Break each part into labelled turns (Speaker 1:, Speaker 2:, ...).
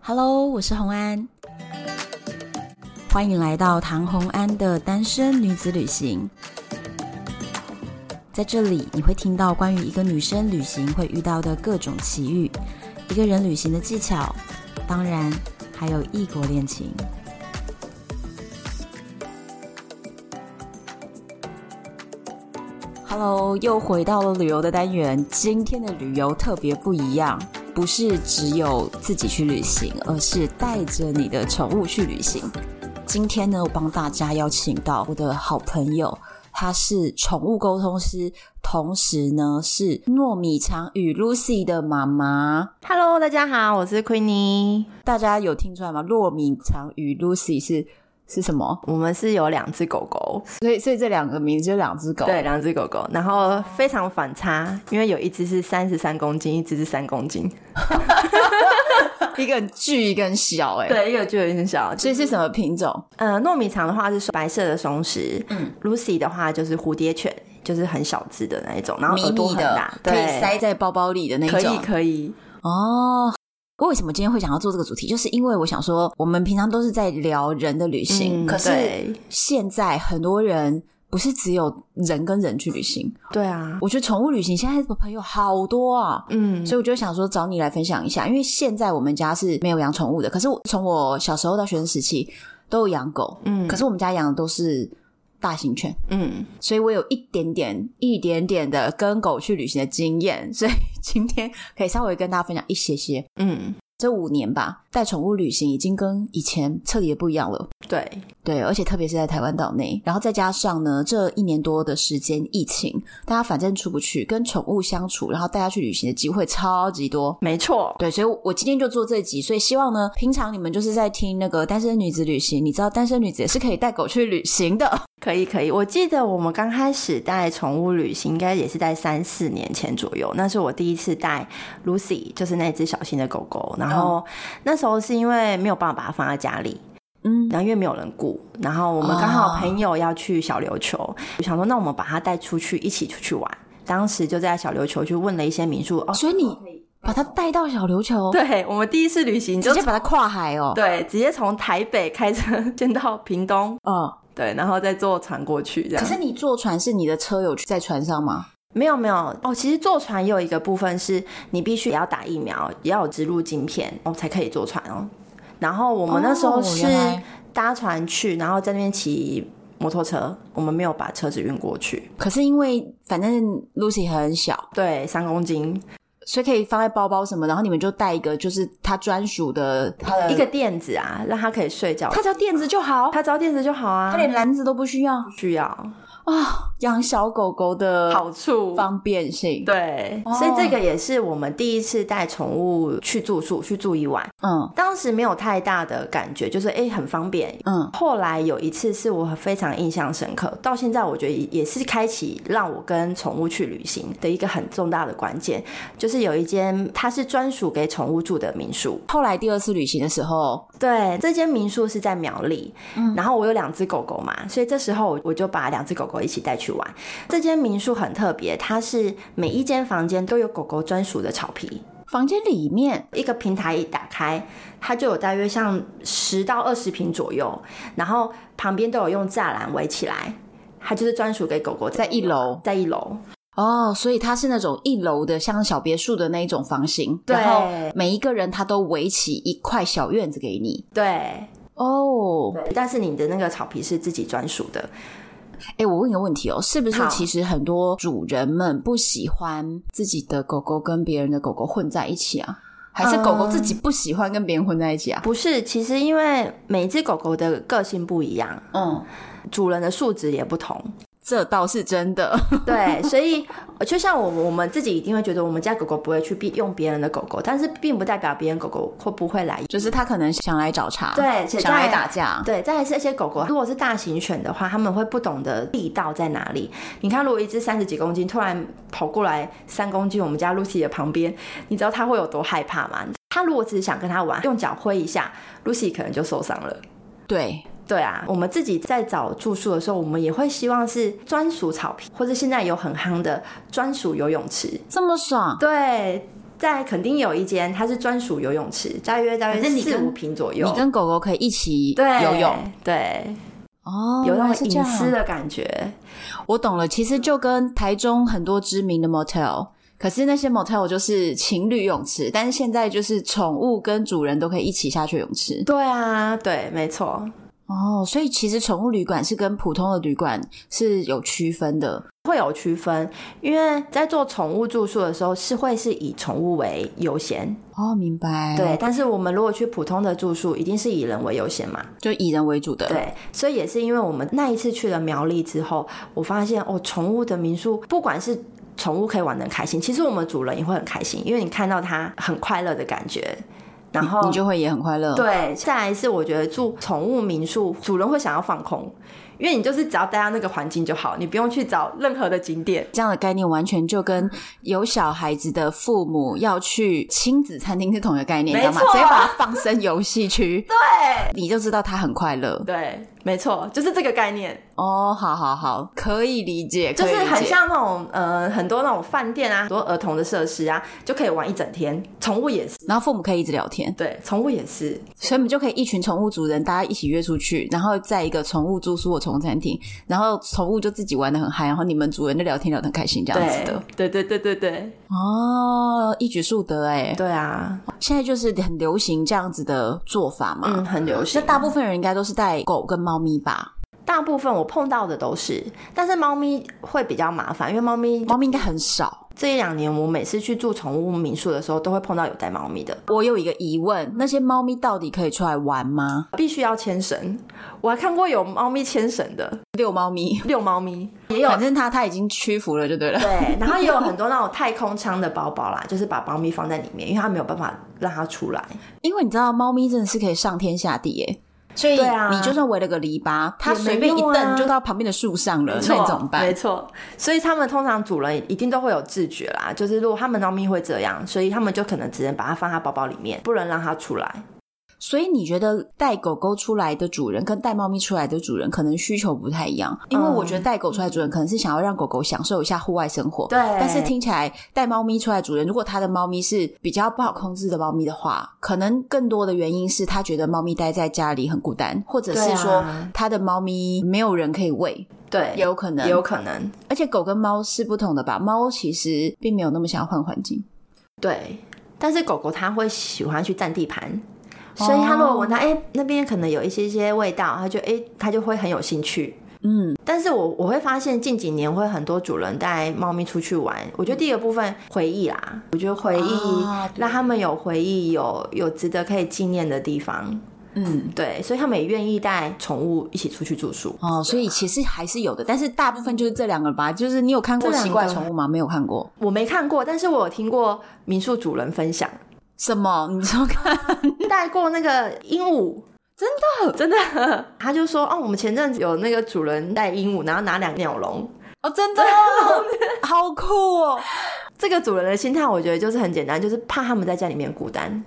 Speaker 1: Hello，我是红安，欢迎来到唐红安的单身女子旅行。在这里，你会听到关于一个女生旅行会遇到的各种奇遇，一个人旅行的技巧，当然还有异国恋情。Hello，又回到了旅游的单元。今天的旅游特别不一样，不是只有自己去旅行，而是带着你的宠物去旅行。今天呢，我帮大家邀请到我的好朋友，他是宠物沟通师，同时呢是糯米肠与 Lucy 的妈妈。
Speaker 2: Hello，大家好，我是 Queenie。
Speaker 1: 大家有听出来吗？糯米肠与 Lucy 是是什么？
Speaker 2: 我们是有两只狗狗，
Speaker 1: 所以所以这两个名字就两只狗。
Speaker 2: 对，两只狗狗，然后非常反差，因为有一只是三十三公斤，一只是三公斤。
Speaker 1: 一个很巨，一个很小、欸，哎，
Speaker 2: 对，一个就有点小。
Speaker 1: 所以是什么品种？
Speaker 2: 呃，糯米肠的话是白色的松石，嗯，Lucy 的话就是蝴蝶犬，就是很小只的那一种，然后耳朵很大，
Speaker 1: 可以
Speaker 2: 对
Speaker 1: 塞在包包里的那
Speaker 2: 可以
Speaker 1: 种。
Speaker 2: 可以，
Speaker 1: 哦，为什么今天会想要做这个主题？就是因为我想说，我们平常都是在聊人的旅行，
Speaker 2: 嗯
Speaker 1: 可是
Speaker 2: 对
Speaker 1: 现在很多人不是只有人跟人去旅行，
Speaker 2: 对啊，
Speaker 1: 我觉得宠物旅行现在的朋友好多啊。
Speaker 2: 嗯，
Speaker 1: 所以我就想说找你来分享一下，因为现在我们家是没有养宠物的，可是我从我小时候到学生时期都有养狗，
Speaker 2: 嗯
Speaker 1: 可是我们家养的都是大型犬，
Speaker 2: 嗯，
Speaker 1: 所以我有一点点、一点点的跟狗去旅行的经验，所以今天可以稍微跟大家分享一些些。
Speaker 2: 嗯，
Speaker 1: 这五年吧，带宠物旅行已经跟以前彻底的不一样了，
Speaker 2: 对，
Speaker 1: 对，而且特别是在台湾岛内，然后再加上呢，这一年多的时间疫情，大家反正出不去，跟宠物相处，然后带它去旅行的机会超级多，
Speaker 2: 没错，
Speaker 1: 对，所以我今天就做这集，所以希望呢，平常你们就是在听那个单身女子旅行，你知道单身女子也是可以带狗去旅行的，
Speaker 2: 可以可以，我记得我们刚开始带宠物旅行，应该也是在三四年前左右。那是我第一次带 Lucy，就是那只小型的狗狗。然后、那时候是因为没有办法把它放在家里，
Speaker 1: 嗯，
Speaker 2: 然后因为没有人顾，然后我们刚
Speaker 1: 哦
Speaker 2: 好朋友要去小琉球，我想说那我们把它带出去一起出去玩。当时就在小琉球去问了一些民宿，哦，
Speaker 1: 所以你把它带到小琉球，
Speaker 2: 对我们第一次旅行
Speaker 1: 直
Speaker 2: 就
Speaker 1: 接把它跨海哦，，
Speaker 2: 对直接从台北开车 先到屏东，
Speaker 1: 哦，
Speaker 2: 对，然后再坐船过去这样。
Speaker 1: 可是你坐船是你的车友在船上吗？
Speaker 2: 没有没有哦，其实坐船也有一个部分是你必须也要打疫苗，也要有植入晶片哦才可以坐船哦。然后我们那时候
Speaker 1: 哦
Speaker 2: 是
Speaker 1: 原来
Speaker 2: 搭船去，然后在那边骑摩托车，我们没有把车子运过去。
Speaker 1: 可是因为反正 Lucy 很小，
Speaker 2: 对，三公斤
Speaker 1: 所以可以放在包包什么，然后你们就带一个就是它专属的，它的
Speaker 2: 一个垫子啊，让他可以睡觉。
Speaker 1: 呃它只要垫子就好，
Speaker 2: 他只要垫子就好啊
Speaker 1: 它，连篮子都不需要
Speaker 2: 需要
Speaker 1: 啊，养小狗狗的
Speaker 2: 好处。
Speaker 1: 方便性，
Speaker 2: 对，
Speaker 1: 哦
Speaker 2: 所以这个也是我们第一次带宠物去住宿，去住一晚。
Speaker 1: 嗯
Speaker 2: 当时没有太大的感觉，就是哎、诶很方便，
Speaker 1: 嗯。
Speaker 2: 后来有一次是我非常印象深刻，到现在我觉得也是开启让我跟宠物去旅行的一个很重大的关键，就是有一间它是专属给宠物住的民宿。
Speaker 1: 后来第二次旅行的时候，
Speaker 2: 对，这间民宿是在苗栗，嗯，然后我有两只狗狗嘛，所以这时候我我就把两只狗狗一起带去玩。这间民宿很特别，它是每一间房间都有狗狗专属的草皮，
Speaker 1: 房间里面
Speaker 2: 一个平台一打开，它就有大约像十到二十平左右，然后旁边都有用栅栏围起来，它就是专属给狗狗
Speaker 1: 在一楼
Speaker 2: 在一楼，
Speaker 1: 哦，所以它是那种一楼的，像小别墅的那一种房型，
Speaker 2: 对
Speaker 1: 然后每一个人他都围起一块小院子给你
Speaker 2: 对，
Speaker 1: 哦。
Speaker 2: 但是你的那个草皮是自己专属的，
Speaker 1: 哎，我问你个问题哦，是不是
Speaker 2: 好
Speaker 1: 其实很多主人们不喜欢自己的狗狗跟别人的狗狗混在一起啊？还是狗狗自
Speaker 2: 嗯
Speaker 1: 己不喜欢跟别人混在一起啊？
Speaker 2: 不是？其实因为每一只狗狗的个性不一样，
Speaker 1: 嗯，
Speaker 2: 主人的素质也不 同，
Speaker 1: 这倒是真的。
Speaker 2: 对，所以呃就像我我们自己一定会觉得我们家狗狗不会去避用别人的狗狗，但是并不代表别人狗狗会不会来
Speaker 1: 就是他可能想来找茬，
Speaker 2: 对且
Speaker 1: 想来
Speaker 2: 在
Speaker 1: 打架，
Speaker 2: 对，再来是一些狗狗，如果是大型犬的话，他们会不懂得力道在哪里。你看，如果一只三十几公斤突然跑过来三公斤，我们家 Lucy 的旁边，你知道它会有多害怕吗？它如果只是想跟它玩，用脚挥一下，Lucy 可能就受伤了。
Speaker 1: 对，
Speaker 2: 对啊，我们自己在找住宿的时候，我们也会希望是专属草坪，或者现在有很夯的专属游泳池。
Speaker 1: 这么爽。
Speaker 2: 对，在垦丁有一间，它是专属游泳池，大约大
Speaker 1: 反
Speaker 2: 约
Speaker 1: 正你
Speaker 2: 四
Speaker 1: 跟
Speaker 2: 五平左右。
Speaker 1: 你跟狗狗可以一起
Speaker 2: 对
Speaker 1: 游泳，
Speaker 2: 对，
Speaker 1: 哦，
Speaker 2: 有那
Speaker 1: 原来
Speaker 2: 种
Speaker 1: 是这
Speaker 2: 隐私
Speaker 1: 样。
Speaker 2: 的感觉。
Speaker 1: 我懂了，其实就跟台中很多知名的 motel，可是那些 motel 就是情侣泳池，但是现在就是宠物跟主人都可以一起下去泳池。
Speaker 2: 对啊，对，没错。
Speaker 1: 哦，所以其实宠物旅馆是跟普通的旅馆是有区分的。
Speaker 2: 会有区分，因为在做宠物住宿的时候是会是以宠物为优先，
Speaker 1: 哦，明白。
Speaker 2: 对。，但是我们如果去普通的住宿，一定是以人为优先嘛，
Speaker 1: 就以人为主的。，
Speaker 2: 对。所以也是因为我们那一次去了苗栗之后，我发现哦，宠物的民宿不管是宠物可以玩得很开心，其实我们主人也会很开心，因为你看到它很快乐的感觉，然后
Speaker 1: 你就会也很快乐。，
Speaker 2: 哦对，再来是我觉得住宠物民宿，主人会想要放空，因为你就是只要待到那个环境就好，你不用去找任何的景点。
Speaker 1: 这样的概念完全就跟有小孩子的父母要去亲子餐厅是同一个概念，你知道吗？
Speaker 2: 没错
Speaker 1: 直接把它放生游戏区，
Speaker 2: 对
Speaker 1: 你就知道他很快乐。
Speaker 2: 对，没错，就是这个概念，
Speaker 1: 哦，好好好，可以理解，
Speaker 2: 就是
Speaker 1: 可以理解
Speaker 2: 很。像那种呃很多那种饭店啊，很多儿童的设施啊，就可以玩一整天。宠物也是，
Speaker 1: 然后父母可以一直聊天，
Speaker 2: 对，宠物也是，
Speaker 1: 所以我们就可以一群宠物主人，大家一起约出去，然后在一个宠物住宿或宠物餐厅，然后宠物就自己玩的很嗨，然后你们主人就聊天聊得很开心这样子的。
Speaker 2: 对对对对对
Speaker 1: 哦，一举数得哎、
Speaker 2: 对啊，
Speaker 1: 现在就是很流行这样子的做法嘛。
Speaker 2: 嗯，很流
Speaker 1: 那
Speaker 2: 行。
Speaker 1: 大部分人应该都是带狗跟猫咪吧？
Speaker 2: 大部分我碰到的都是，但是猫咪会比较麻烦，因为猫咪
Speaker 1: 猫咪应该很少。
Speaker 2: 这一两年我每次去住宠物民宿的时候，都会碰到有带猫咪的。
Speaker 1: 我有一个疑问，那些猫咪到底可以出来玩吗？
Speaker 2: 必须要牵绳，我还看过有猫咪牵绳的
Speaker 1: 遛猫咪，
Speaker 2: 遛猫咪，
Speaker 1: 也有，反正它它已经屈服了就对了。
Speaker 2: 对，然后也有很多那种太空舱的包包啦，就是把猫咪放在里面，因为它没有办法让它出来。
Speaker 1: 因为你知道，猫咪真的是可以上天下地耶，所以
Speaker 2: 对啊
Speaker 1: 你就算围了个篱笆，它
Speaker 2: 也没
Speaker 1: 随便一
Speaker 2: 用啊
Speaker 1: 蹬就到旁边的树上了，那
Speaker 2: 没
Speaker 1: 你
Speaker 2: 错
Speaker 1: 怎么
Speaker 2: 没
Speaker 1: 办？
Speaker 2: 错，所以他们通常主人一定都会有自觉啦，就是如果他们猫咪会这样，所以他们就可能只能把它放在包包里面，不能让它出来。
Speaker 1: 所以你觉得带狗狗出来的主人跟带猫咪出来的主人可能需求不太一样，因为我觉得带狗出来的主人可能是想要让狗狗享受一下户外生活，
Speaker 2: 嗯对
Speaker 1: 但是听起来带猫咪出来的主人，如果他的猫咪是比较不好控制的猫咪的话，可能更多的原因是他觉得猫咪待在家里很孤单，或者
Speaker 2: 对
Speaker 1: 是
Speaker 2: 啊
Speaker 1: 说他的猫咪没有人可以喂，
Speaker 2: 对，
Speaker 1: 也有可能，
Speaker 2: 也有可能。
Speaker 1: 而且狗跟猫是不同的吧？猫其实并没有那么想要换环境。
Speaker 2: 对，但是狗狗它会喜欢去占地盘，
Speaker 1: 哦
Speaker 2: 所以它如果闻到哎、诶那边可能有一些些味道，它就哎、诶它就会很有兴趣。
Speaker 1: 嗯，
Speaker 2: 但是我我会发现近几年会很多主人带猫咪出去玩，我觉得第一个部分回忆啦，我觉得回忆、
Speaker 1: 啊对
Speaker 2: 让他们有回忆，有有值得可以纪念的地方，
Speaker 1: 嗯，
Speaker 2: 对，所以他们也愿意带宠物一起出去住宿。
Speaker 1: 哦，所以其实还是有的，但是大部分就是这两个吧。就是你有看过
Speaker 2: 这两
Speaker 1: 奇
Speaker 2: 个
Speaker 1: 怪宠物吗？没有看过。
Speaker 2: 我没看过，但是我有听过民宿主人分享
Speaker 1: 什么？你说 看？
Speaker 2: 带过那个鹦鹉。
Speaker 1: 真
Speaker 2: 的，真的， 他就说，哦，我们前阵子有那个主人带鹦鹉，然后拿两个鸟笼，
Speaker 1: 哦，真的，好酷哦！
Speaker 2: 这个主人的心态，我觉得就是很简单，就是怕他们在家里面孤单，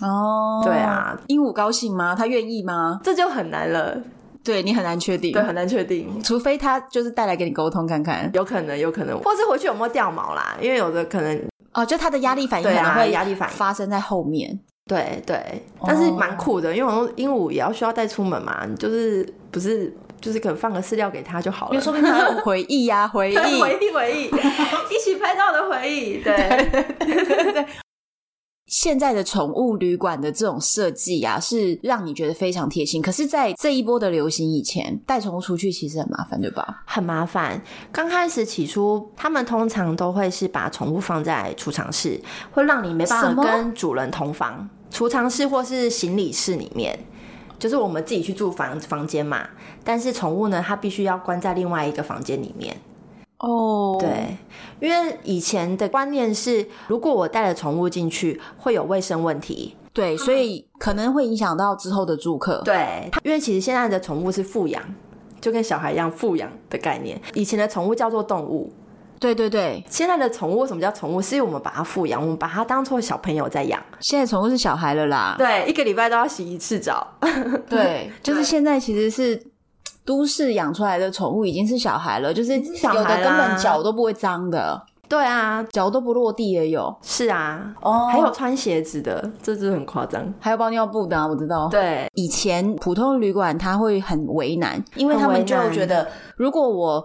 Speaker 1: 哦，
Speaker 2: 对啊，
Speaker 1: 鹦鹉高兴吗？它愿意吗？
Speaker 2: 这就很难了，
Speaker 1: 对你很难确定
Speaker 2: 对，，很难确定，
Speaker 1: 除非它就是带来给你沟通看看。
Speaker 2: 有可能，有可能，或是回去有没有掉毛啦，因为有的可能，
Speaker 1: 哦，就它的压力反应
Speaker 2: 对
Speaker 1: 可
Speaker 2: 啊
Speaker 1: 能会
Speaker 2: 压力反应
Speaker 1: 发生在后面。
Speaker 2: 对对，
Speaker 1: 哦
Speaker 2: 但是蛮酷的，因为我说鹦鹉也要需要带出门嘛，就是不是就是可能放个饲料给它就好
Speaker 1: 因
Speaker 2: 了
Speaker 1: 为，说不定它有回忆呀、回忆。
Speaker 2: 对 回忆回忆，一起拍照的回忆，对。
Speaker 1: 现在的宠物旅馆的这种设计啊，是让你觉得非常贴心。可是，在这一波的流行以前，带宠物出去其实很麻烦，对吧？
Speaker 2: 很麻烦。刚开始起初，他们通常都会是把宠物放在储藏室，会让你没
Speaker 1: 什
Speaker 2: 办
Speaker 1: 么
Speaker 2: 法跟主人同房。储藏室或是行李室里面，就是我们自己去住房房间嘛。但是宠物呢，它必须要关在另外一个房间里面。
Speaker 1: 哦，
Speaker 2: 对，因为以前的观念是，如果我带了宠物进去，会有卫生问题。
Speaker 1: 对，所以可能会影响到之后的住客。
Speaker 2: 对，它因为其实现在的宠物是富养，就跟小孩一样富养的概念。以前的宠物叫做动物，
Speaker 1: 对对对，
Speaker 2: 现在的宠物，为什么叫宠物？是因为我们把它富养，我们把它当做小朋友在养。
Speaker 1: 现在宠物是小孩了啦。
Speaker 2: 对，一个礼拜都要洗一次澡。
Speaker 1: 对，就是现在其实是。都市养出来的宠物已经是小孩了，就是
Speaker 2: 小
Speaker 1: 有的
Speaker 2: 孩
Speaker 1: 根
Speaker 2: 啦
Speaker 1: 本脚都不会脏的。
Speaker 2: 对啊，
Speaker 1: 脚都不落地也有
Speaker 2: 是啊，
Speaker 1: 哦
Speaker 2: 还有穿鞋子的，这就很夸张。
Speaker 1: 还有包尿布的、啊，我知道。
Speaker 2: 对，
Speaker 1: 以前普通旅馆他会很为难，因为他们就
Speaker 2: 很为难
Speaker 1: 觉得，如果我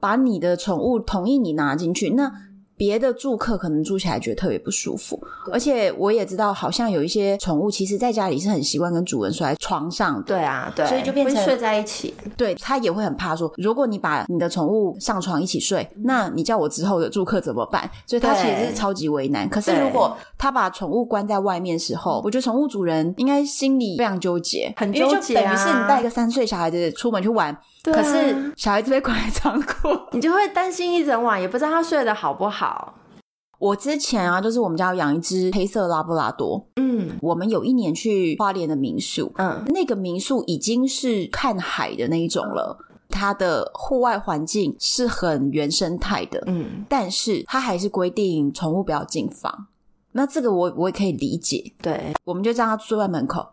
Speaker 1: 把你的宠物同意你拿进去，那别的住客可能住起来觉得特别不舒服。而且我也知道，好像有一些宠物其实在家里是很习惯跟主人睡在床上的，
Speaker 2: 对啊，对，
Speaker 1: 所以就变成
Speaker 2: 会睡在一起。
Speaker 1: 对他也会很怕说，如果你把你的宠物上床一起睡，
Speaker 2: 嗯
Speaker 1: 那你叫我之后的住客怎么办？所以他
Speaker 2: 对
Speaker 1: 其实是超级为难。可是如果他把宠物关在外面的时候，我觉得宠物主人应该心里非常纠结，
Speaker 2: 很
Speaker 1: 因为
Speaker 2: 纠
Speaker 1: 就
Speaker 2: 结
Speaker 1: 等
Speaker 2: 啊
Speaker 1: 于是你带一个三岁小孩子出门去玩，
Speaker 2: 对
Speaker 1: 可
Speaker 2: 啊
Speaker 1: 是小孩子被关在仓库。
Speaker 2: 你就会担心一整晚，也不知道他睡得好不好。
Speaker 1: 我之前啊，就是我们家有养一只黑色拉布拉多，
Speaker 2: 嗯
Speaker 1: 我们有一年去花莲的民宿，
Speaker 2: 嗯，
Speaker 1: 那个民宿已经是看海的那一种了，它的户外环境是很原生态的，
Speaker 2: 嗯，
Speaker 1: 但是它还是规定宠物不要进房。那这个我我也可以理解，
Speaker 2: 对，
Speaker 1: 我们就让它住在门口，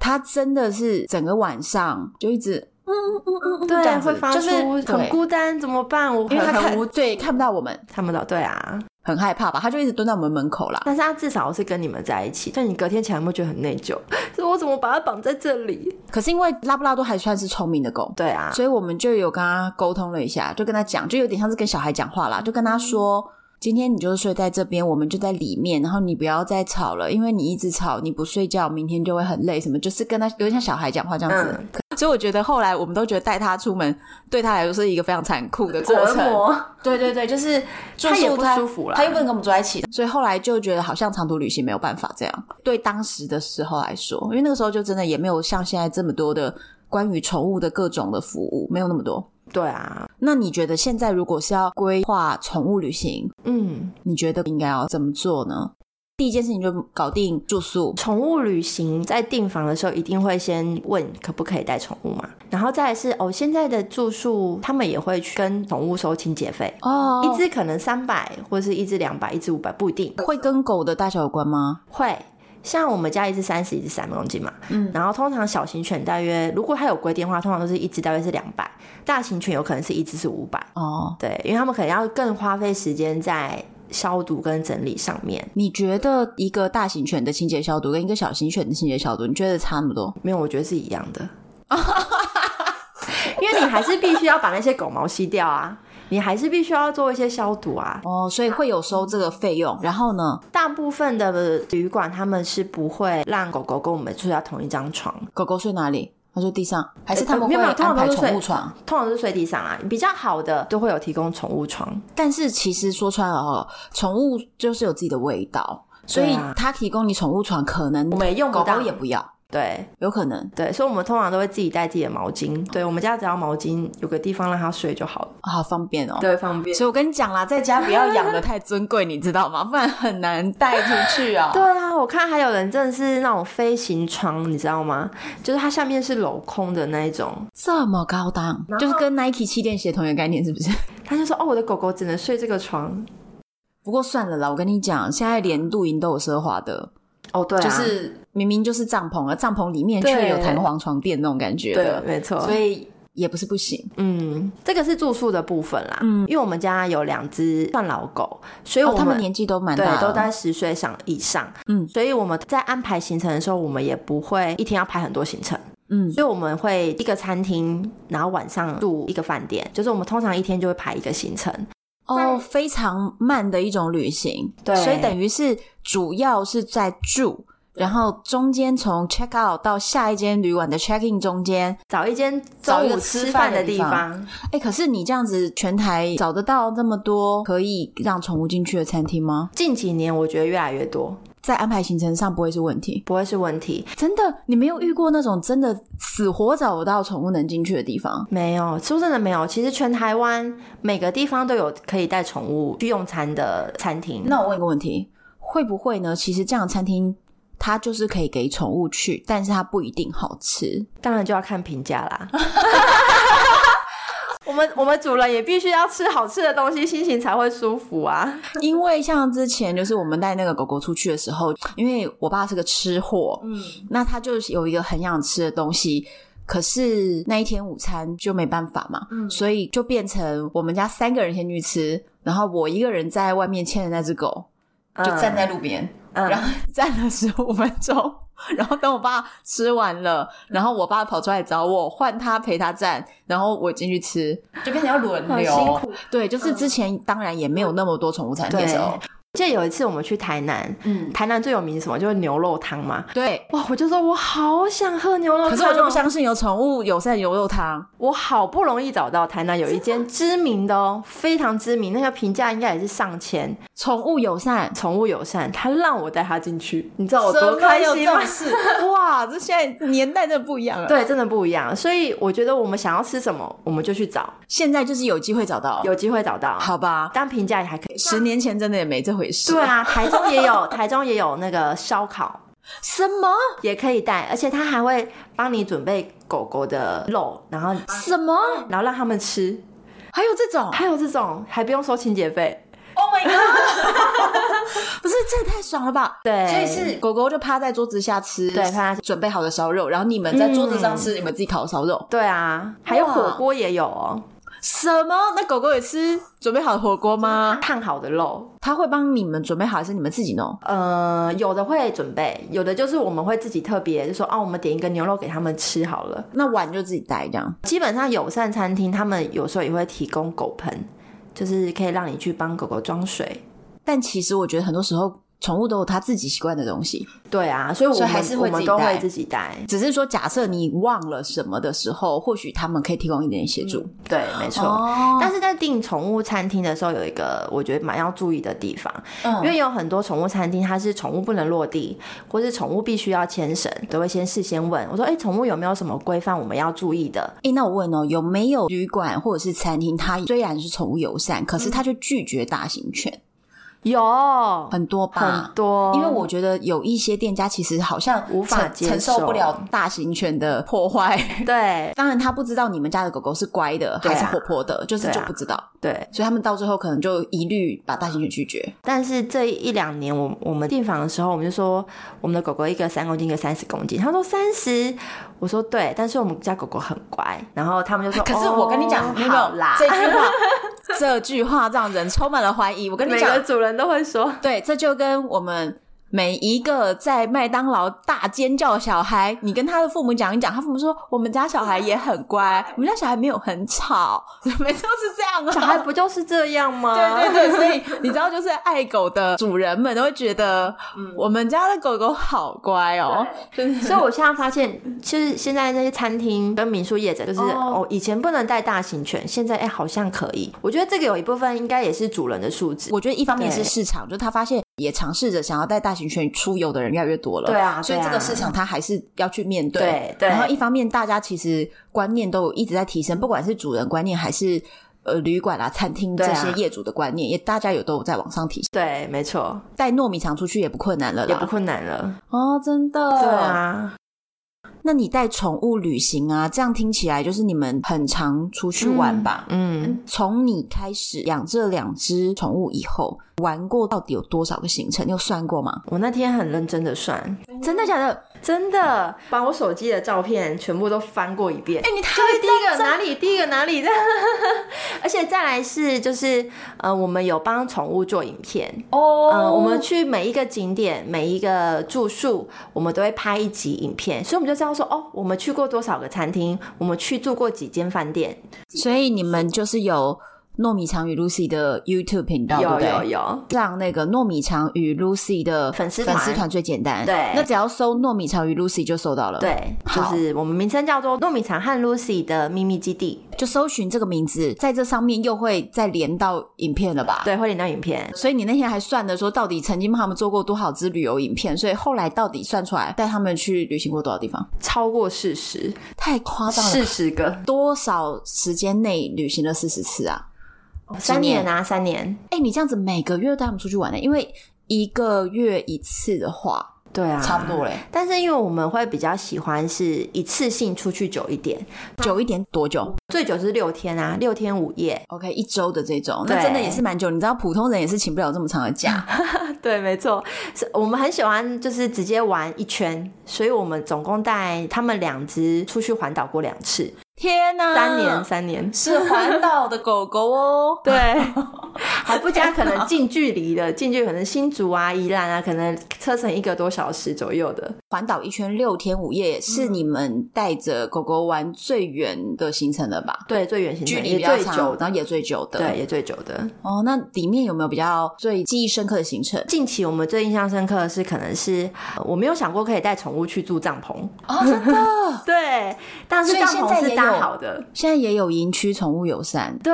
Speaker 1: 它真的是整个晚上就一直嗯嗯嗯嗯，这
Speaker 2: 对，
Speaker 1: 样子
Speaker 2: 会发
Speaker 1: 就是
Speaker 2: 出很
Speaker 1: 对
Speaker 2: 孤单，怎么办？我
Speaker 1: 因为它
Speaker 2: 很很无
Speaker 1: 看对看不到我们，
Speaker 2: 看不到，对啊。
Speaker 1: 很害怕吧，它就一直蹲在我们门口啦。
Speaker 2: 但是他至少是跟你们在一起，但你隔天起来有没有觉得很内疚？ 说我怎么把他绑在这里？
Speaker 1: 可是因为拉布拉多还算是聪明的狗，
Speaker 2: 对啊，
Speaker 1: 所以我们就有跟他沟通了一下，就跟他讲，就有点像是跟小孩讲话啦，就跟他
Speaker 2: 嗯
Speaker 1: 说。今天你就睡在这边，我们就在里面，然后你不要再吵了，因为你一直吵，你不睡觉，明天就会很累。什么就是跟他有点像小孩讲话这样
Speaker 2: 嗯
Speaker 1: 子，所以我觉得后来我们都觉得带他出门对他来说是一个非常残酷的过
Speaker 2: 折
Speaker 1: 程。
Speaker 2: 磨。
Speaker 1: 对对对，就是住
Speaker 2: 他也
Speaker 1: 宿
Speaker 2: 不舒服啦
Speaker 1: 他又不能跟我们住在一起，所以后来就觉得好像长途旅行没有办法这样。对当时的时候来说，因为那个时候就真的也没有像现在这么多的关于宠物的各种的服务，没有那么多。
Speaker 2: 对啊，
Speaker 1: 那你觉得现在如果是要规划宠物旅行，
Speaker 2: 嗯，
Speaker 1: 你觉得应该要怎么做呢？第一件事情就搞定住宿，
Speaker 2: 宠物旅行在订房的时候一定会先问可不可以带宠物嘛，然后再来是哦，现在的住宿他们也会去跟宠物收清洁费，
Speaker 1: 哦
Speaker 2: 一只可能三百，或是一只两百，一只五百，不一定
Speaker 1: 会跟狗的大小有关吗？
Speaker 2: 会。像我们家一只三十，一只三公斤嘛，嗯，然后通常小型犬大约，如果它有规定的话，通常都是一只大约是两百，大型犬有可能是一只是五百，
Speaker 1: 哦，
Speaker 2: 对，因为他们可能要更花费时间在消毒跟整理上面。
Speaker 1: 你觉得一个大型犬的清洁消毒跟一个小型犬的清洁消毒，你觉得差那么多？
Speaker 2: 没有，我觉得是一样的， 因为你还是必须要把那些狗毛吸掉啊，你还是必须要做一些消毒啊。
Speaker 1: 哦，所以会有收这个费用。然后呢，
Speaker 2: 大部分的旅馆他们是不会让狗狗跟我们睡在同一张床，
Speaker 1: 狗狗睡哪里？他说地上，还是他们
Speaker 2: 呃没
Speaker 1: 会
Speaker 2: 有没有通
Speaker 1: 安
Speaker 2: 常
Speaker 1: 排
Speaker 2: 都是
Speaker 1: 宠物
Speaker 2: 睡
Speaker 1: 床？
Speaker 2: 通常是睡地上啊。比较好的都会有提供宠物床，
Speaker 1: 但是其实说穿了哦，宠物就是有自己的味道，所以
Speaker 2: 对啊
Speaker 1: 它提供你宠物床，可能
Speaker 2: 我们也用不
Speaker 1: 狗狗
Speaker 2: 到
Speaker 1: 也不要，
Speaker 2: 对
Speaker 1: 有可能
Speaker 2: 对，所以我们通常都会自己带自己的毛巾。对我们家只要毛巾有个地方让它睡就好了，
Speaker 1: 啊好方便哦。
Speaker 2: 对，方便
Speaker 1: 所以我跟你讲 啦，在家不要养的太尊贵，你知道吗？不然很难带出去啊。
Speaker 2: 对啊，我看还有人真的是那种飞行窗，你知道吗？就是它下面是镂空的那一种。
Speaker 1: 这么高档，就是跟 Nike 气垫鞋同一个概念，是不是？
Speaker 2: 他就说：“哦，我的狗狗只能睡这个床。
Speaker 1: 不过算了啦，我跟你讲，现在连露营都有奢华的，”
Speaker 2: 哦，对、啊，
Speaker 1: 就是明明就是帐篷了，帐篷里面
Speaker 2: 对
Speaker 1: 却有弹簧床垫那种感觉
Speaker 2: 对，
Speaker 1: 的，
Speaker 2: 没错。
Speaker 1: 所以也不是不行。
Speaker 2: 嗯，这个是住宿的部分啦。
Speaker 1: 嗯
Speaker 2: 因为我们家有两只算老狗，所以
Speaker 1: 哦
Speaker 2: 我，
Speaker 1: 他
Speaker 2: 们、
Speaker 1: 们年纪都蛮
Speaker 2: 对
Speaker 1: 大
Speaker 2: 都
Speaker 1: 的，
Speaker 2: 在十岁上以上。
Speaker 1: 嗯
Speaker 2: 所以我们在安排行程的时候，我们也不会一天要排很多行程。
Speaker 1: 嗯，
Speaker 2: 所以我们会一个餐厅，然后晚上住一个饭店，就是我们通常一天就会排一个行程。
Speaker 1: 哦，非常慢的一种旅行，
Speaker 2: 对
Speaker 1: 所以等于是主要是在住。然后中间从 check out 到下一间旅馆的 check in 中间，
Speaker 2: 找一间
Speaker 1: 找
Speaker 2: 中
Speaker 1: 一个
Speaker 2: 午
Speaker 1: 吃
Speaker 2: 吃
Speaker 1: 饭
Speaker 2: 饭
Speaker 1: 的
Speaker 2: 的
Speaker 1: 地
Speaker 2: 地
Speaker 1: 方
Speaker 2: 方。
Speaker 1: 哎，可是你这样子全台找得到那么多可以让宠物进去的餐厅吗？
Speaker 2: 近几年我觉得越来越多，
Speaker 1: 在安排行程上不会是问题。
Speaker 2: 不会是问题。
Speaker 1: 真的，你没有遇过那种真的死活找不到宠物能进去的地方？
Speaker 2: 没有，说真的没有。其实全台湾每个地方都有可以带宠物去用餐的餐厅。
Speaker 1: 那我问一个问题，会不会呢？其实这样的餐厅它就是可以给宠物去，但是它不一定好吃。
Speaker 2: 当然就要看评价 啦。我们我们主人也必须要吃好吃的东西，心情才会舒服啊。
Speaker 1: 因为像之前就是我们带那个狗狗出去的时候，因为我爸是个吃货，嗯，那他就有一个很想吃的东西。可是那一天午餐就没办法嘛，
Speaker 2: 嗯
Speaker 1: 所以就变成我们家三个人先去吃，然后我一个人在外面牵着那只狗，就站在路边，
Speaker 2: 嗯
Speaker 1: 然后站了十五分钟，然后等我爸吃完了，然后我爸跑出来找我，换他陪他站，然后我进去吃，就变成要轮
Speaker 2: 很辛
Speaker 1: 流。
Speaker 2: 苦。
Speaker 1: 对，就是
Speaker 2: 嗯
Speaker 1: 之前当然也没有那么多宠物餐店哦，
Speaker 2: 记得有一次我们去台南，
Speaker 1: 嗯，
Speaker 2: 台南最有名是什么？就是牛肉汤嘛。
Speaker 1: 对。
Speaker 2: 哇，我就说我好想喝牛肉
Speaker 1: 可
Speaker 2: 汤、哦，
Speaker 1: 是我就不相信有宠物友善牛肉汤，
Speaker 2: 我好不容易找到台南有一间知名的哦，非常知名，那个评价应该也是上千，
Speaker 1: 宠物友善，
Speaker 2: 宠物友善，他让我带他进去，你知道我
Speaker 1: 怎
Speaker 2: 哦多
Speaker 1: 么
Speaker 2: 开
Speaker 1: 有
Speaker 2: 心
Speaker 1: 这
Speaker 2: 吗
Speaker 1: 种？事？哇，这现在年代真的不一样了。，
Speaker 2: 对，真的不一样，所以我觉得我们想要吃什么，我们就去找，
Speaker 1: 现在就是有机会找到，
Speaker 2: 有机会找到。，
Speaker 1: 好吧？
Speaker 2: 但评价也还可以。
Speaker 1: 十年前真的也没这回事。
Speaker 2: 对，啊， 台中也有，台中也有那个烧烤，
Speaker 1: 什么
Speaker 2: 也可以带，而且他还会帮你准备狗狗的肉，然后
Speaker 1: 什么，
Speaker 2: 然后让他们吃，
Speaker 1: 还有这种
Speaker 2: 还有这种还不用收清洁费，
Speaker 1: ？Oh my god！不是，这也太爽了吧？
Speaker 2: 对
Speaker 1: 所以是狗狗就趴在桌子下吃，嗯
Speaker 2: 对趴
Speaker 1: 准备好的烧肉，然后你们在桌子上吃你们自己烤的烧肉。
Speaker 2: 对啊，还有
Speaker 1: 哇
Speaker 2: 火锅也有哦，
Speaker 1: 什么？那狗狗也吃准备好的火锅吗？
Speaker 2: 烫好的肉，
Speaker 1: 它会帮你们准备好，还是你们自己弄？
Speaker 2: 呃，有的会准备，有的就是我们会自己特别就说哦，我们点一个牛肉给他们吃好了。
Speaker 1: 那碗就自己带这样？
Speaker 2: 基本上友善餐厅他们有时候也会提供狗盆，就是可以让你去帮狗狗装水。
Speaker 1: 但其实我觉得很多时候宠物都有它自己习惯的东西，
Speaker 2: 对啊，所以我
Speaker 1: 所
Speaker 2: 们
Speaker 1: 以还是会
Speaker 2: 我们
Speaker 1: 自己
Speaker 2: 都会
Speaker 1: 带
Speaker 2: 自己带。
Speaker 1: 只是说假设你忘了什么的时候，或许他们可以提供一点点协助。
Speaker 2: 对，没错。
Speaker 1: 嗯哦
Speaker 2: 但是在订宠物餐厅的时候，有一个我觉得蛮要注意的地方，
Speaker 1: 嗯
Speaker 2: 因为有很多宠物餐厅它是宠物不能落地，或是宠物必须要牵绳，都会先事先问我说：“哎、宠物有没有什么规范我们要注意的
Speaker 1: 诶，那我问哦，有没有旅馆或者是餐厅，它虽然是宠物友善，可是它却拒绝大型犬，？”
Speaker 2: 有
Speaker 1: 很多吧？
Speaker 2: 很多，
Speaker 1: 因为我觉得有一些店家其实好像
Speaker 2: 无法
Speaker 1: 承
Speaker 2: 接
Speaker 1: 承受
Speaker 2: 受
Speaker 1: 不了大型犬的破坏。
Speaker 2: 对
Speaker 1: 当然，他不知道你们家的狗狗是乖的
Speaker 2: 对
Speaker 1: 还
Speaker 2: 啊
Speaker 1: 是活泼的，就是
Speaker 2: 对啊
Speaker 1: 就不知道，
Speaker 2: 对，
Speaker 1: 所以他们到最后可能就一律把大型犬拒绝。
Speaker 2: 但是这一两年我我们订房的时候，我们就说我们的狗狗一个三公斤，一个三十公斤。他说三十，我说对，但是我们家狗狗很乖。然后他们就说，
Speaker 1: 啊可是我跟你讲，
Speaker 2: 哦
Speaker 1: 没
Speaker 2: 好
Speaker 1: 有
Speaker 2: 啦，
Speaker 1: 这句 话，这句话让人充满了怀疑。我跟你
Speaker 2: 每
Speaker 1: 讲
Speaker 2: 个，主人都会说，
Speaker 1: 对，这就跟我们每一个在麦当劳大尖叫小孩，你跟他的父母讲一讲，他父母说我们家小孩也很乖，我们家小孩没有很吵， 每次都是这样啊。
Speaker 2: 小孩不就是这样吗？
Speaker 1: 对 对对，所以你知道，就是爱狗的主人们都会觉得，
Speaker 2: 嗯
Speaker 1: 我们家的狗狗好乖哦，就是
Speaker 2: 所以我现在发现，就是现在那些餐厅跟民宿业者，就是
Speaker 1: 哦
Speaker 2: 哦以前不能带大型犬，现在哎、好像可以。我觉得这个有一部分应该也是主人的素质。
Speaker 1: 我觉得一方面是
Speaker 2: 对
Speaker 1: 市场，就他发现也尝试着想要带大型犬出游的人越来越多了，
Speaker 2: 对啊
Speaker 1: 所以
Speaker 2: 对
Speaker 1: 这
Speaker 2: 啊
Speaker 1: 个市场他还是要去面对。
Speaker 2: 对对
Speaker 1: 然后一方面大家其实观念都有一直在提升，不管是主人观念还是呃旅馆啊、餐厅这
Speaker 2: 对啊
Speaker 1: 些业主的观念，也大家有都有在往上提升。
Speaker 2: 对，没错，
Speaker 1: 带糯米肠出去也不困难了
Speaker 2: 也不
Speaker 1: 啦。
Speaker 2: 困难了。
Speaker 1: 哦，真的。
Speaker 2: 对。啊，
Speaker 1: 那你带宠物旅行啊，这样听起来就是你们很常出去玩吧？
Speaker 2: 嗯，
Speaker 1: 从你开始养这两只宠物以后，玩过到底有多少个行程？你有算过吗？
Speaker 2: 我那天很认真的算，
Speaker 1: 真的假的？
Speaker 2: 真的把我手机的照片全部都翻过一遍。
Speaker 1: 哎、你太
Speaker 2: 就是第一个哪里，第一个哪里 的，而且再来是就是呃，我们有帮宠物做影片，
Speaker 1: 哦
Speaker 2: 呃，我们去每一个景点、每一个住宿，我们都会拍一集影片，所以我们就知道说，哦，我们去过多少个餐厅，我们去住过几间饭店，
Speaker 1: 所以你们就是有糯米肠与 Lucy 的 YouTube 频道，对不
Speaker 2: 有
Speaker 1: 对？
Speaker 2: 有有，
Speaker 1: 让那个糯米肠与 Lucy 的
Speaker 2: 粉丝
Speaker 1: 粉
Speaker 2: 团
Speaker 1: 丝团最简单，
Speaker 2: 对
Speaker 1: 那只要搜糯米肠与 Lucy 就搜到了，，
Speaker 2: 对，就
Speaker 1: 好
Speaker 2: 是我们名称叫做糯米肠和 Lucy 的秘密基地，
Speaker 1: 就搜寻这个名字，在这上面又会再连到影片了吧？。
Speaker 2: 对，会领到影片。
Speaker 1: 所以你那天还算的说，到底曾经帮他们做过多少支旅游影片？所以后来到底算出来带他们去旅行过多少地方？
Speaker 2: 超过四十，
Speaker 1: 太夸张了！
Speaker 2: 四十个，
Speaker 1: 多少时间内旅行了四十次啊？
Speaker 2: 三年啊，三年，
Speaker 1: 哎、你这样子每个月带他们出去玩呢、因为一个月一次的话，
Speaker 2: 对啊，
Speaker 3: 差不多嘞。
Speaker 2: 但是因为我们会比较喜欢是一次性出去久一点，
Speaker 1: 久一点多久
Speaker 2: 最久是六天啊，六天五夜。
Speaker 1: ？OK，一周的这种，那
Speaker 2: 对
Speaker 1: 真的也是蛮久。你知道，普通人也是请不了这么长的 假。
Speaker 2: 对，没错，是我们很喜欢就是直接玩一圈，所以我们总共带他们两只出去环岛过两次，
Speaker 1: 天哪，
Speaker 2: 三年三年。。
Speaker 1: 是环岛的狗狗哦
Speaker 2: 对， 还不加可能近距离 的，近距离可能新竹啊、宜兰啊，可能车程一个多小时左右的。
Speaker 1: 环岛一圈六天五夜，是你们带着狗狗玩最远的行程了吧？
Speaker 2: 对，最远行程
Speaker 1: 距离
Speaker 2: 也
Speaker 1: 比较
Speaker 2: 最久
Speaker 1: 长，然后也最久的。
Speaker 2: 对，也最久的。
Speaker 1: 哦，那里面有没有比较最记忆深刻的行程？
Speaker 2: 近期我们最印象深刻的是，可能是呃我没有想过可以带宠物去住帐篷，
Speaker 1: 哦，真的，
Speaker 2: 对，但是
Speaker 1: 所以
Speaker 2: 帐
Speaker 1: 现在
Speaker 2: 篷
Speaker 1: 也
Speaker 2: 是搭
Speaker 1: 有
Speaker 2: 好的。
Speaker 1: 现在也有营区宠物友善，
Speaker 2: 对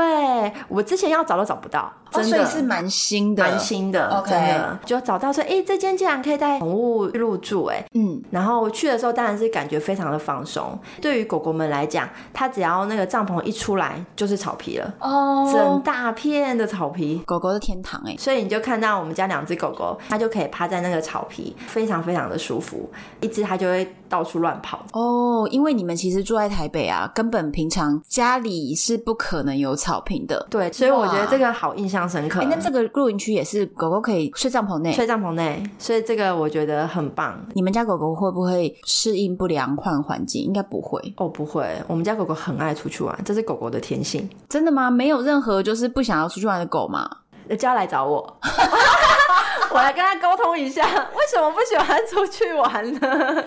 Speaker 2: 我之前要找都找不到，
Speaker 1: 哦，
Speaker 2: 真
Speaker 1: 所
Speaker 2: 的、
Speaker 1: 以是蛮新的，
Speaker 2: 蛮。新的
Speaker 1: OK
Speaker 2: 真的就找到说，哎、这间竟然可以带宠物入住、哎。
Speaker 1: 嗯，
Speaker 2: 然后去的时候当然是感觉非常的放松。对于狗狗们来讲，它只要那个帐篷一出来就是草皮了，
Speaker 1: 哦
Speaker 2: 整大片的草皮。
Speaker 1: 狗狗的天堂哎、
Speaker 2: 所以你就看到我们家两只狗狗，它就可以趴在那个草皮，非常非常的舒服。一只它就会到处乱跑，
Speaker 1: 哦，因为你们其实住在台北啊，根本平常家里是不可能有草坪的。
Speaker 2: 对，所以我觉得
Speaker 1: 哇
Speaker 2: 这个好印象深刻。
Speaker 1: 哎、那这个露营区也是狗狗可以睡帐篷内。
Speaker 2: 睡帐篷内，所以这个我觉得很棒。
Speaker 1: 你们家狗狗会不会适应不良换环境？应该不会，
Speaker 2: 哦，不会，我们家狗狗很爱出去玩，这是狗狗的天性。
Speaker 1: 真的吗？没有任何就是不想要出去玩的狗嘛？
Speaker 2: 呃就要来找我， 我来跟他沟通一下，为什么不喜欢出去玩呢？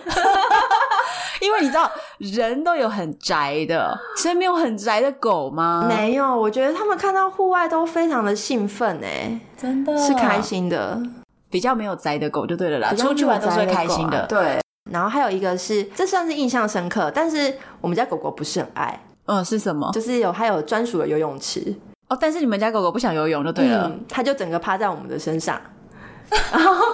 Speaker 1: 因为你知道人都有很宅的，所以没有很宅的狗吗？
Speaker 2: 没有，我觉得他们看到户外都非常的兴奋哎、
Speaker 1: 真的
Speaker 2: 是开，心的，
Speaker 1: 比较没有宅的狗就对了啦，
Speaker 2: 比较
Speaker 1: 出去玩都是会
Speaker 2: 没有宅
Speaker 1: 开
Speaker 2: 狗啊
Speaker 1: 心的。
Speaker 2: 对。然后还有一个是，这算是印象深刻，但是我们家狗狗不是很爱，
Speaker 1: 嗯，是什么？
Speaker 2: 就是有还有专属的游泳池，
Speaker 1: 哦，但是你们家狗狗不想游泳就对啊了。
Speaker 2: 嗯，它就整个趴在我们的身上，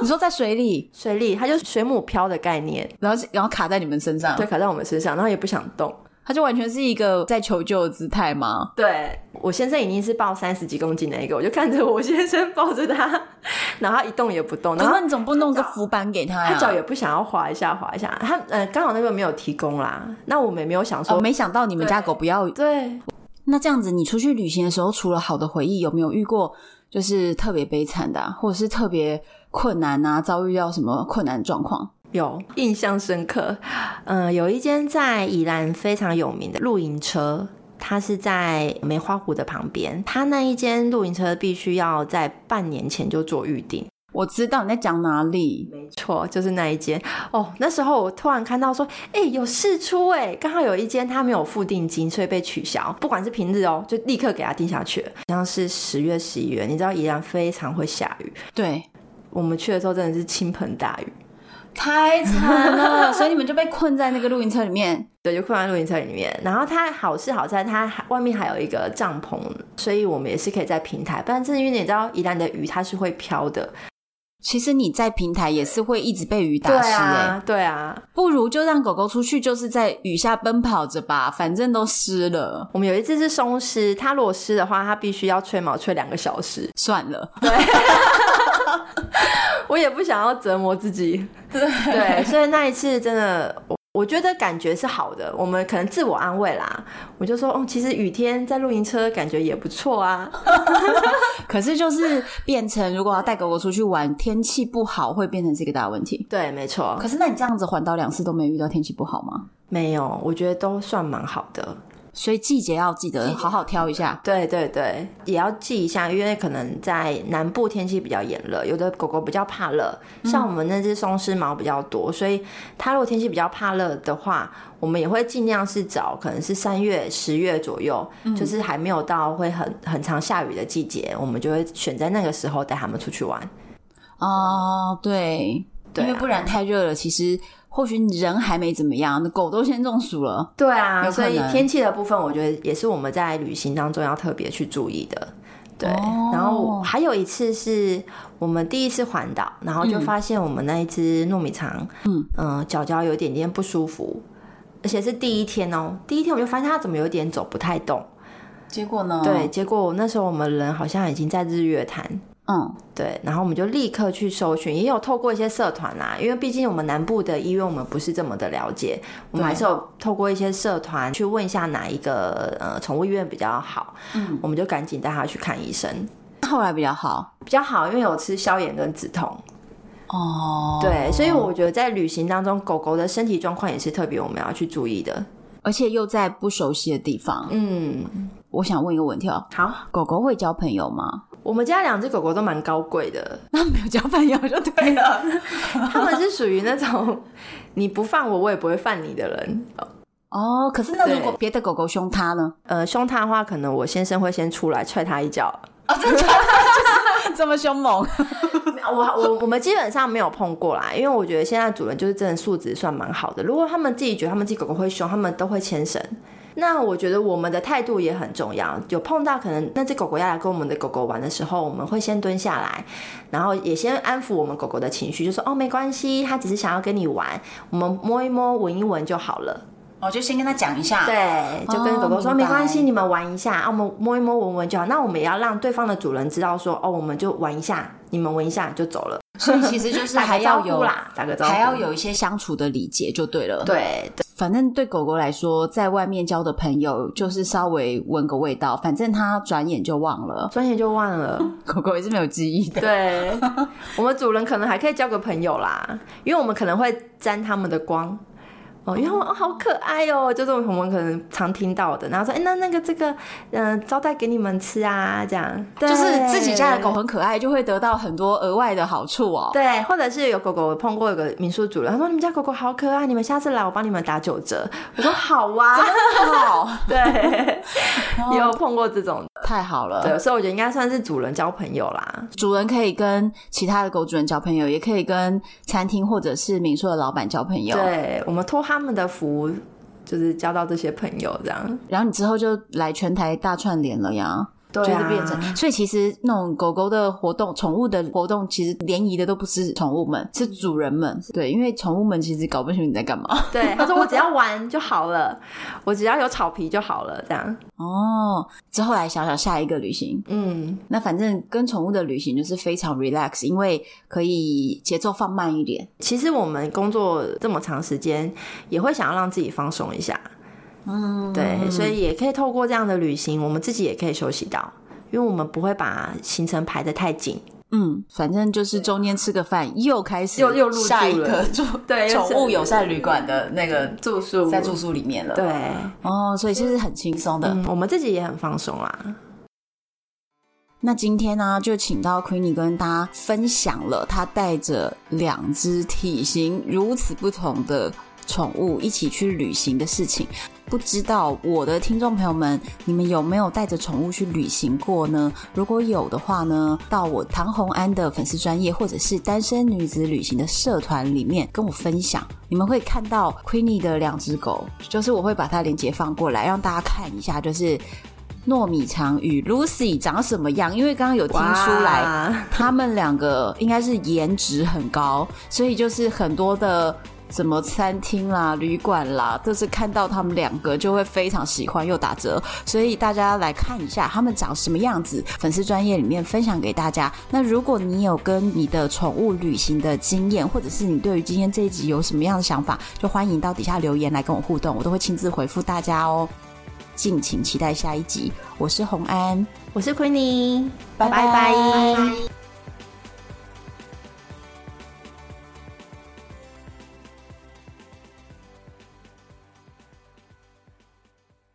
Speaker 1: 你说在水里，
Speaker 2: 水里它就水母漂的概念，
Speaker 1: 然后然后卡在你们身上，
Speaker 2: 对，，卡在我们身上，然后也不想动，
Speaker 1: 它就完全是一个在求救的姿态吗？
Speaker 2: 对我先生已经是抱三十几公斤的一个，我就看着我先生抱着他， 然后他一动也不动，
Speaker 1: 可
Speaker 2: 然
Speaker 1: 是
Speaker 2: 后
Speaker 1: 那你啊总不弄个浮板给它呀？
Speaker 2: 他脚也不想要滑一下滑一下，他呃刚好那个没有提供啦，那我们也没有想说，
Speaker 1: 哦，没想到你们家狗不要。
Speaker 2: 对，
Speaker 1: 那这样子，你出去旅行的时候，除了好的回忆，有没有遇过就是特别悲惨的、啊，或者是特别困难啊，遭遇到什么困难状况？
Speaker 2: 有印象深刻。嗯、有一间在宜兰非常有名的露营车。它是在梅花湖的旁边，它那一间露营车必须要在半年前就做预定，
Speaker 1: 我知道你在讲哪里，
Speaker 2: 没错，就是那一间哦。那时候我突然看到说，哎、有试出哎、刚好有一间他没有付定金，所以被取消。不管是平日哦，就立刻给他定下去了。好像是十月、十一月，你知道宜兰非常会下雨，
Speaker 1: 对，
Speaker 2: 我们去的时候真的是倾盆大雨，
Speaker 1: 太惨了， 所以你们就被困在那个露营车里面。
Speaker 2: 对，就困在露营车里面。然后它好是好在它还外面还有一个帐篷，所以我们也是可以在平台。但是因为你知道宜兰的雨它是会飘的，
Speaker 1: 其实你在平台也是会一直被雨打
Speaker 2: 对
Speaker 1: 湿、欸，
Speaker 2: 啊，对啊，
Speaker 1: 不如就让狗狗出去，就是在雨下奔跑着吧，反正都湿了，
Speaker 2: 我们有一次是松狮，它如果湿的话，它必须要吹毛吹两个小时。
Speaker 1: 算了。
Speaker 2: 我也不想要折磨自己，
Speaker 1: 对
Speaker 2: 对，所以那一次真的，我我觉得感觉是好的，我们可能自我安慰啦。我就说，哦，其实雨天在露营车感觉也不错啊。
Speaker 1: 可是就是变成，如果要带狗狗出去玩，天气不好会变成是一个大问题。
Speaker 2: 对，没错
Speaker 1: 可，是那你这样子环岛两次都没遇到天气不好吗？
Speaker 2: 没有，我觉得都算蛮好的。
Speaker 1: 所以季节要记得好好挑一下。
Speaker 2: 对对对，也要记一下，因为可能在南部天气比较炎热，有的狗狗比较怕热，像我们那只松狮毛比较多，所以它如果天气比较怕热的话，我们也会尽量是找可能是三月、十月左右，就是还没有到会很很常下雨的季节，我们就会选在那个时候带它们出去玩。
Speaker 1: 哦，对，
Speaker 2: 对啊
Speaker 1: 因为不然太热了，其实或许你人还没怎么样，那狗都先中暑了。
Speaker 2: 对啊
Speaker 1: 有可
Speaker 2: 所
Speaker 1: 能
Speaker 2: 以天气的部分，我觉得也是我们在旅行当中要特别去注意的。对，
Speaker 1: 哦
Speaker 2: 然后还有一次是我们第一次环岛，然后就发现我们那一只糯米肠，
Speaker 1: 嗯
Speaker 2: 嗯，脚、脚有点点不舒服，而且是第一天哦，第一天我就发现它怎么有点走不太动。
Speaker 1: 结果呢？哦
Speaker 2: 对，，结果那时候我们人好像已经在日月潭，
Speaker 1: 嗯，
Speaker 2: 对，然后我们就立刻去搜寻，也有透过一些社团啦、因为毕竟我们南部的医院我们不是这么的了解，我们还是有透过一些社团去问一下哪一个呃宠物医院比较好，嗯，我们就赶紧带它去看医生，
Speaker 1: 后来比较好
Speaker 2: 比较好，因为有吃消炎跟止痛，
Speaker 1: 哦。
Speaker 2: 对，所以我觉得在旅行当中，狗狗的身体状况也是特别我们要去注意的，
Speaker 1: 而且又在不熟悉的地方。
Speaker 2: 嗯，
Speaker 1: 我想问一个问题哦，
Speaker 2: 好，
Speaker 1: 狗狗会交朋友吗？
Speaker 2: 我们家两只狗狗都蛮高贵的，
Speaker 1: 那没有交朋友就对了。
Speaker 2: 它们是属于那种 你不犯我，我也不会犯你的人。
Speaker 1: 哦，可是那如
Speaker 2: 对
Speaker 1: 果别的狗狗凶它呢？
Speaker 2: 呃，凶它的话，可能我先生会先出来踹它一脚。
Speaker 1: 这么凶猛，
Speaker 2: 我我我们基本上没有碰过啦，因为我觉得现在主人就是真的素质算蛮好的。如果他们自己觉得他们自己狗狗会凶，他们都会牵绳。那我觉得我们的态度也很重要。有碰到可能那只狗狗要来跟我们的狗狗玩的时候，我们会先蹲下来，然后也先安抚我们狗狗的情绪，就说哦没关系，它只是想要跟你玩，我们摸一摸、闻一闻就好了。
Speaker 1: 我哦就先跟他讲一下，
Speaker 2: 对，就跟
Speaker 1: 哦
Speaker 2: 狗狗说、
Speaker 1: 明
Speaker 2: 没
Speaker 1: 白
Speaker 2: 关系，你们玩一下，啊，我们摸一摸、闻闻就好。那我们也要让对方的主人知道说，哦，我们就玩一下，你们闻一下就走了，
Speaker 1: 所以其实 就是
Speaker 2: 打
Speaker 1: 还
Speaker 2: 个招
Speaker 1: 要
Speaker 2: 呼
Speaker 1: 有
Speaker 2: 啦，打个招呼，
Speaker 1: 还要有一些相处的理解就对了。，
Speaker 2: 对对
Speaker 1: 反正对狗狗来说，在外面交的朋友就是稍微闻个味道，反正它转眼就忘了。
Speaker 2: 专业就忘了。
Speaker 1: 狗狗也是没有记忆的。
Speaker 2: 对，我们主人可能还可以交个朋友啦，因为我们可能会沾他们的光。哦，因为我、哦、好可爱哦，就是我们可能常听到的，然后说，哎，那那个这个，嗯、招待给你们吃啊，这样，
Speaker 1: 就是自己家的狗
Speaker 2: 对
Speaker 1: 很可爱，就会得到很多额外的好处哦。
Speaker 2: 对，或者是有狗狗，我碰过有个民宿主人，他说你们家狗狗好可爱，你们下次来我帮你们打九折。我说好啊，
Speaker 1: 好，
Speaker 2: 对，哦也 有碰过这种的，
Speaker 1: 太好了。
Speaker 2: 对，所以我觉得应该算是主人交朋友啦。
Speaker 1: 主人可以跟其他的狗主人交朋友，也可以跟餐厅或者是民宿的老板交朋友。
Speaker 2: 对，我们托他们的福，就是交到这些朋友这样。
Speaker 1: 然后你之后就来全台大串联了呀。
Speaker 2: 对
Speaker 1: 就是
Speaker 2: 啊
Speaker 1: 变成，所以其实那种狗狗的活动、宠物的活动，其实联谊的都不是宠物们，
Speaker 2: 嗯
Speaker 1: 是主人们。对，因为宠物们其实搞不清楚你在干嘛。
Speaker 2: 对，他说我只要玩就好了，我只要有草皮就好了，这样。
Speaker 1: 哦，之后来想想下一个旅行。
Speaker 2: 嗯，
Speaker 1: 那反正跟宠物的旅行就是非常 relax，因为可以节奏放慢一点。
Speaker 2: 其实我们工作这么长时间，也会想要让自己放松一下。
Speaker 1: 嗯，
Speaker 2: 对，所以也可以透过这样的旅行，我们自己也可以休息到，因为我们不会把行程排得太紧。
Speaker 1: 嗯，反正就是中间吃个饭，又开始
Speaker 2: 又又入住
Speaker 1: 下一
Speaker 2: 了
Speaker 1: 个住
Speaker 2: 对又
Speaker 1: 宠
Speaker 2: 是
Speaker 1: 物友善旅馆的那个
Speaker 2: 住宿
Speaker 1: 在住宿里面了。
Speaker 2: 对，
Speaker 1: 哦，所以其实很轻松的。
Speaker 2: 嗯，我们自己也很放松啦。
Speaker 1: 那今天呢、就请到 Queenie 跟大家分享了她带着两只体型如此不同的宠物一起去旅行的事情。不知道我的听众朋友们，你们有没有带着宠物去旅行过呢？如果有的话呢，到我唐红安的粉丝专业或者是单身女子旅行的社团里面跟我分享，你们会看到 Queenie 的两只狗，就是我会把它连接放过来，让大家看一下，就是糯米肠与 Lucy 长什么样，因为刚刚有听出来。
Speaker 2: 哇，
Speaker 1: 他们两个应该是颜值很高，所以就是很多的什么餐厅啦、旅馆啦，都是看到他们两个就会非常喜欢，又打折，所以大家来看一下他们长什么样子。粉丝专业里面分享给大家。那如果你有跟你的宠物旅行的经验，或者是你对于今天这一集有什么样的想法，就欢迎到底下留言来跟我互动，我都会亲自回复大家哦。敬请期待下一集，我是红安。
Speaker 2: 我是 Queenie，
Speaker 1: 拜
Speaker 2: 拜
Speaker 1: 拜
Speaker 2: 拜